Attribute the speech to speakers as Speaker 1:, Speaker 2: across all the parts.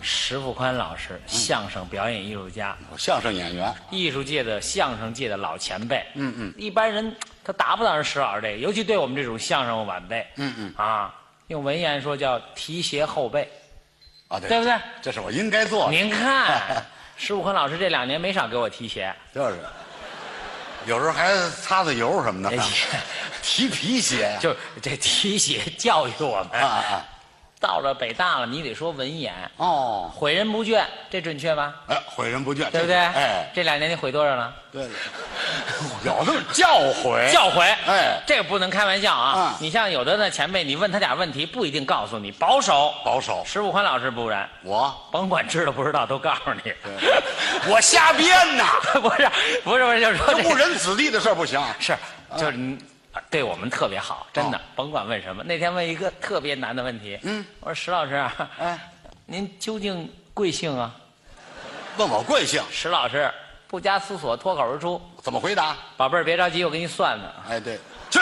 Speaker 1: 石富宽老师，
Speaker 2: 嗯
Speaker 1: 相声表演艺术家，
Speaker 2: 我相声演员，
Speaker 1: 艺术界的相声界的老前辈。
Speaker 2: 嗯嗯，
Speaker 1: 一般人他达不到人石老师这个，尤其对我们这种相声晚辈。
Speaker 2: 嗯嗯，
Speaker 1: 啊，用文言说叫提携后辈。
Speaker 2: 啊对
Speaker 1: 对不对
Speaker 2: 这是我应该做的，
Speaker 1: 您 看，石富宽老师这两年没少给我提携。
Speaker 2: 就是，有时候还擦擦油什么
Speaker 1: 哎
Speaker 2: 的
Speaker 1: 呀，
Speaker 2: 提皮鞋呀，
Speaker 1: 就这提携教育我
Speaker 2: 啊
Speaker 1: 们。
Speaker 2: 啊
Speaker 1: 到了北大了，你得说文言，
Speaker 2: 哦，
Speaker 1: 毁人不倦，这准确吧？
Speaker 2: 哎，毁人不倦，
Speaker 1: 对不对？
Speaker 2: 哎，
Speaker 1: 这两年你毁多少了？
Speaker 2: 对，有那么教诲，
Speaker 1: 教诲，
Speaker 2: 哎
Speaker 1: 这个不能开玩笑啊！
Speaker 2: 嗯
Speaker 1: 你像有的那前辈，你问他点问题，不一定告诉你，保守。
Speaker 2: 保守，
Speaker 1: 石富宽老师不然，
Speaker 2: 我
Speaker 1: 甭管知道不知道都告诉你。
Speaker 2: 我瞎编呐，
Speaker 1: 不是，不是，不啊是，就是说
Speaker 2: 这
Speaker 1: 这
Speaker 2: 误人子弟的事儿不行，
Speaker 1: 是，就是你对我们特别好，真的，甭管问什么。那天问一个特别难的问题，哦嗯，我说石老师啊，
Speaker 2: 哎
Speaker 1: 您究竟贵姓啊？
Speaker 2: 问我贵姓，
Speaker 1: 石老师不加思索脱口而出，
Speaker 2: 怎么回答？
Speaker 1: 宝贝儿别着急，我给你算呢。
Speaker 2: 哎，对，去，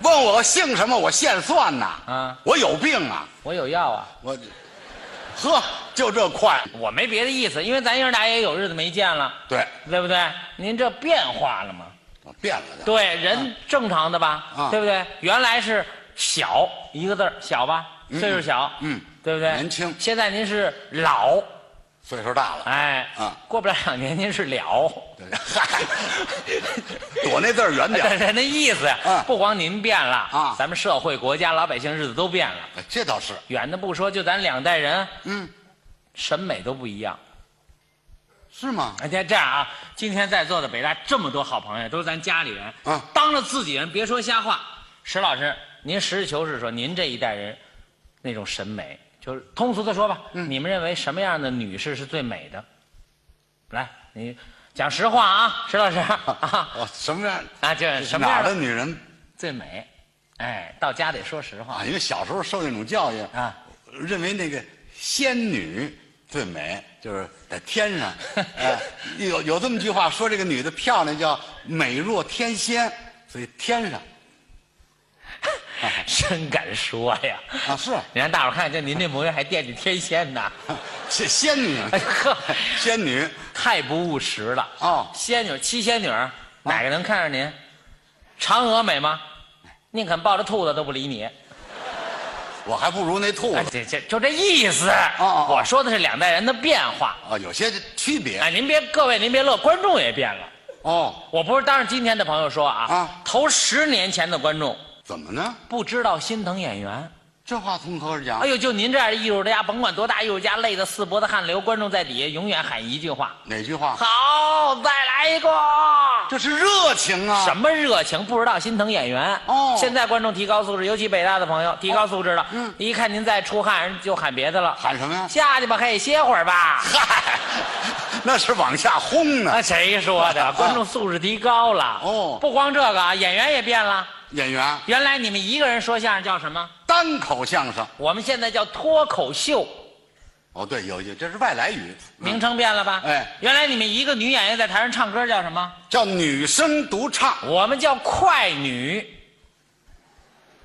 Speaker 2: 问我姓什么，我现算呐，
Speaker 1: 啊
Speaker 2: 我有病啊，
Speaker 1: 我有药啊，
Speaker 2: 我，呵，就这快，
Speaker 1: 我没别的意思，因为咱爷儿俩也有日子没见了。
Speaker 2: 对，
Speaker 1: 对不对？您这变化了吗？
Speaker 2: 我变了的，
Speaker 1: 对，人正常的吧？
Speaker 2: 啊
Speaker 1: 对不对？原来是小一个字儿小吧，岁数小，
Speaker 2: 嗯
Speaker 1: 对不对？
Speaker 2: 年轻
Speaker 1: 现在您是老，
Speaker 2: 岁数大了，
Speaker 1: 哎，
Speaker 2: 啊
Speaker 1: 过不了两年您是了，
Speaker 2: 对嗨，躲那字儿远点
Speaker 1: 但
Speaker 2: 儿，
Speaker 1: 是那意思呀
Speaker 2: 啊
Speaker 1: 不光您变了
Speaker 2: 啊
Speaker 1: 咱们社会、国家、老百姓日子都变了。
Speaker 2: 哎这倒是，
Speaker 1: 远的不说，就咱两代人，
Speaker 2: 嗯，
Speaker 1: 审美都不一样。
Speaker 2: 是吗？
Speaker 1: 哎，这这样啊，今天在座的北大这么多好朋友，都是咱家里人
Speaker 2: 啊
Speaker 1: 当着自己人别说瞎话。石老师，您实事求是说，您这一代人那种审美，就是通俗的说吧，
Speaker 2: 嗯
Speaker 1: 你们认为什么样的女士是最美的？来，你讲实话啊，石老师啊
Speaker 2: 我哦什么样？
Speaker 1: 啊，这什么
Speaker 2: 哪
Speaker 1: 样
Speaker 2: 儿的
Speaker 1: 的
Speaker 2: 女人
Speaker 1: 最美？哎，到家得说实话
Speaker 2: 啊？因为小时候受那种教育
Speaker 1: 啊，
Speaker 2: 认为那个仙女最美，就是在 天上。哎，有有这么句话说，这个女的漂亮叫美若天仙，所以天上
Speaker 1: 真敢说呀！
Speaker 2: 啊是
Speaker 1: 你让大伙儿看，就您这模样还惦记天仙呢，
Speaker 2: 这仙女，
Speaker 1: 哎呵。
Speaker 2: 仙女
Speaker 1: 太不务实了
Speaker 2: 哦
Speaker 1: 仙女七仙女儿，哪个能看上您？嫦娥美吗？宁肯抱着兔子都不理你。
Speaker 2: 我还不如那兔
Speaker 1: 哎
Speaker 2: 子，
Speaker 1: 这这就这意思。
Speaker 2: 哦哦
Speaker 1: 我说的是两代人的变化。
Speaker 2: 啊，有些区别
Speaker 1: 哎，您别各位您别乐，观众也变了。
Speaker 2: 哦。
Speaker 1: 我不是当着今天的朋友说啊，
Speaker 2: 啊
Speaker 1: 头十年前的观众
Speaker 2: 怎么呢？
Speaker 1: 不知道心疼演员。
Speaker 2: 这话从何而讲
Speaker 1: 哎？呦，就您这样的艺术家，甭管多大艺术家，累得四脖子汗流，观众在底下永远喊一句话
Speaker 2: 哪句：“话？
Speaker 1: 好，再来一个。”
Speaker 2: 这是热情啊！
Speaker 1: 什么热情？不知道心疼演员
Speaker 2: 哦
Speaker 1: 现在观众提高素质，尤其北大的朋友提高素质了。嗯，一看您再出汗，人就喊别的了。
Speaker 2: 喊什么呀？
Speaker 1: 下去吧，嘿，歇会儿
Speaker 2: 啊
Speaker 1: 吧。
Speaker 2: 嗨，那是往下轰呢
Speaker 1: 那。谁说的？观众素质提高了。
Speaker 2: 哦
Speaker 1: 不光这个啊，演员也变了。
Speaker 2: 演员
Speaker 1: 原来你们一个人说相声叫什么？
Speaker 2: 单口相声，
Speaker 1: 我们现在叫脱口秀，
Speaker 2: 哦对，有有，这是外来语，
Speaker 1: 名称变了吧？
Speaker 2: 嗯哎
Speaker 1: 原来你们一个女演员在台上唱歌叫什么？
Speaker 2: 叫女声独唱
Speaker 1: 我们叫快女。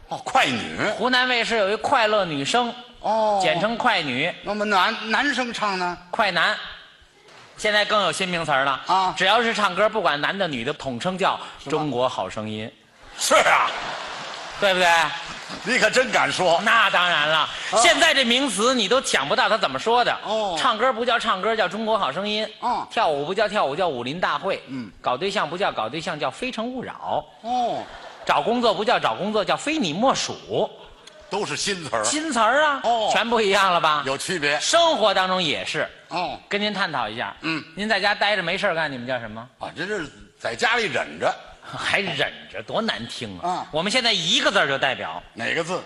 Speaker 2: 哦，快女
Speaker 1: 湖南卫视有一快乐女声，
Speaker 2: 哦，
Speaker 1: 简。称快女。
Speaker 2: 那么男男生唱呢？
Speaker 1: 快男，现在更有新名词儿了
Speaker 2: 啊
Speaker 1: 只要是唱歌，不管男的女的，统称叫《中国好声音
Speaker 2: 是啊，》，
Speaker 1: 对不对？
Speaker 2: 你可真敢说。
Speaker 1: 那当然了，现在这名词你都想不到他怎么说的。
Speaker 2: 哦
Speaker 1: 唱歌不叫唱歌，叫《中国好声音》。
Speaker 2: 哦
Speaker 1: 跳舞不叫跳舞，叫武林大会。
Speaker 2: 嗯，
Speaker 1: 搞对象不叫搞对象，叫《非诚勿扰
Speaker 2: 哦，》。
Speaker 1: 找工作不叫找工作，叫非你莫属。
Speaker 2: 都是新词儿，
Speaker 1: 新词儿啊，
Speaker 2: 哦
Speaker 1: 全不一样了吧？
Speaker 2: 有区别
Speaker 1: 生活当中也是，
Speaker 2: 哦。
Speaker 1: 跟您探讨一下。
Speaker 2: 嗯，
Speaker 1: 您在家待着没事儿干，你们叫什么？
Speaker 2: 啊，这是在家里忍着
Speaker 1: 还忍着，多难听啊！
Speaker 2: 啊
Speaker 1: 我们现在一个字儿就代表，
Speaker 2: 哪个字？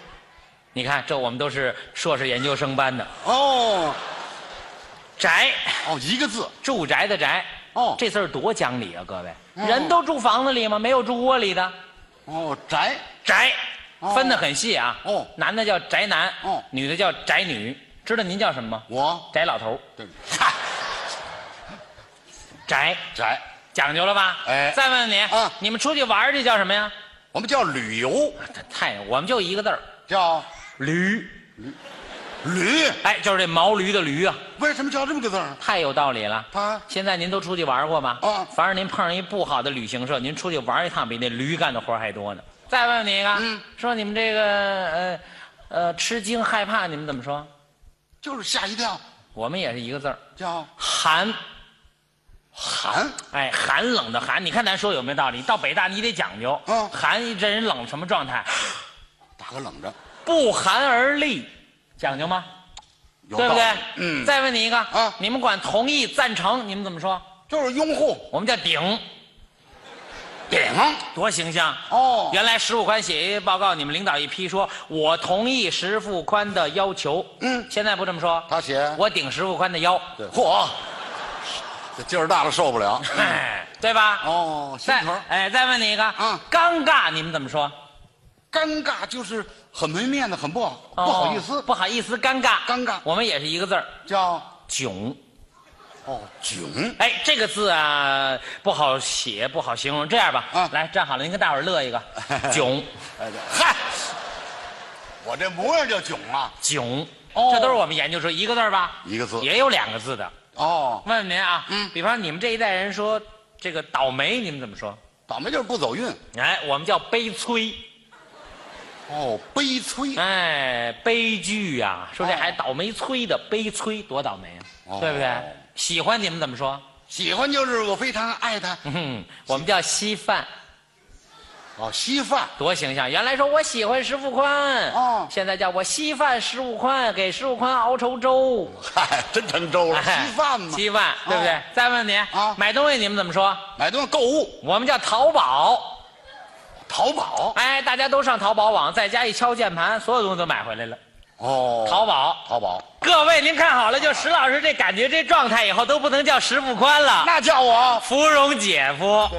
Speaker 1: 你看这我们都是硕士研究生班的，
Speaker 2: 哦
Speaker 1: 宅，
Speaker 2: 哦，一个字
Speaker 1: 住宅的宅，
Speaker 2: 哦
Speaker 1: 这字儿多讲理啊，各位， 人都住房子里吗？没有住窝里的，
Speaker 2: 哦，宅
Speaker 1: 宅，
Speaker 2: 哦
Speaker 1: 分得很细啊，
Speaker 2: 哦
Speaker 1: 男的叫宅男，
Speaker 2: 哦
Speaker 1: 女的叫宅女，知道您叫什么吗？
Speaker 2: 我
Speaker 1: 宅老头儿，
Speaker 2: 对，嗨，
Speaker 1: 宅，
Speaker 2: 宅，
Speaker 1: 讲究了吧？
Speaker 2: 哎
Speaker 1: 再问问你，
Speaker 2: 啊
Speaker 1: 你们出去玩儿去叫什么呀？
Speaker 2: 我们叫旅游，
Speaker 1: 太，我们就一个字儿，
Speaker 2: 叫
Speaker 1: 驴，
Speaker 2: 驴
Speaker 1: 哎，就是这毛驴的驴啊，
Speaker 2: 为什么叫这么个字儿？
Speaker 1: 太有道理了。
Speaker 2: 啊
Speaker 1: 现在您都出去玩过吗？
Speaker 2: 啊
Speaker 1: 凡是您碰上一不好的旅行社，您出去玩一趟比那驴干的活儿还多呢。再问问你一个，
Speaker 2: 嗯
Speaker 1: 说你们这个呃呃吃惊害怕，你们怎么说？
Speaker 2: 就是吓一跳，
Speaker 1: 我们也是一个字儿，
Speaker 2: 叫
Speaker 1: 寒。
Speaker 2: 寒。
Speaker 1: 哎，寒冷的寒，你看咱说有没有道理？到北大你得讲究，
Speaker 2: 嗯
Speaker 1: 寒这人冷什么状态？
Speaker 2: 打个冷战，
Speaker 1: 不寒而栗，讲究吗？
Speaker 2: 有
Speaker 1: 对不对
Speaker 2: 道理？嗯，
Speaker 1: 再问你一个
Speaker 2: 啊
Speaker 1: 你们管同意、赞成，你们怎么说？
Speaker 2: 就是拥护
Speaker 1: 我们叫顶，
Speaker 2: 顶
Speaker 1: 多形象
Speaker 2: 哦
Speaker 1: 原来石富宽写一报告，你们领导一批说，我同意石富宽的要求。
Speaker 2: 嗯
Speaker 1: 现在不这么说，
Speaker 2: 他写
Speaker 1: 我顶石富宽的腰，
Speaker 2: 对，嚯，这劲儿大了受不了。
Speaker 1: 哎，对吧？
Speaker 2: 嗯哦，心
Speaker 1: 再
Speaker 2: 头儿
Speaker 1: 哎，再问你一个
Speaker 2: 啊
Speaker 1: 尴尬，你们怎么说？
Speaker 2: 尴尬就是很没面子，很不好，不
Speaker 1: 哦
Speaker 2: 好意思，
Speaker 1: 不好意思，尴尬，
Speaker 2: 尴尬
Speaker 1: 我们也是一个字儿，
Speaker 2: 叫
Speaker 1: 囧。
Speaker 2: 哦囧。
Speaker 1: 哎，这个字啊，不好写，不好形容。这样吧，
Speaker 2: 啊
Speaker 1: 来站好了，您跟大伙儿乐一 个，囧
Speaker 2: 哎，这嗨，我这模样就囧啊。
Speaker 1: 囧，
Speaker 2: 哦
Speaker 1: 这都是我们研究出一个字儿吧？
Speaker 2: 一个字
Speaker 1: 也有两个字的。
Speaker 2: 哦，
Speaker 1: 问问您啊，
Speaker 2: 嗯
Speaker 1: 比方你们这一代人说这个倒霉，你们怎么说？
Speaker 2: 倒霉就是不走运。
Speaker 1: 哎，我们叫悲催，
Speaker 2: 哦，悲催。
Speaker 1: 哎，悲剧呀、说这
Speaker 2: 哦
Speaker 1: 还倒霉催的，悲催多倒霉啊，
Speaker 2: 哦
Speaker 1: 对不对？喜欢你们怎么说？
Speaker 2: 喜欢就是我非常爱他。
Speaker 1: 嗯，我们叫稀饭，
Speaker 2: 哦，稀饭。
Speaker 1: 多形象。原来说我喜欢石富宽，
Speaker 2: 哦
Speaker 1: 现在叫我稀饭石富宽，给石富宽熬稠粥。哎
Speaker 2: 嗨，真成粥了。哦稀饭嘛。
Speaker 1: 稀饭，对不对？
Speaker 2: 哦
Speaker 1: 再问你
Speaker 2: 啊
Speaker 1: 买东西你们怎么说？
Speaker 2: 买东西购物，
Speaker 1: 我们叫淘宝。
Speaker 2: 淘宝。
Speaker 1: 哎，大家都上淘宝网，在家一敲键盘，所有东西都买回来了。
Speaker 2: 哦，
Speaker 1: 淘宝，
Speaker 2: 淘宝。
Speaker 1: 各位您看好了，就石老师这感觉这状态，以后都不能叫石富宽了，
Speaker 2: 那叫我。
Speaker 1: 芙蓉姐夫。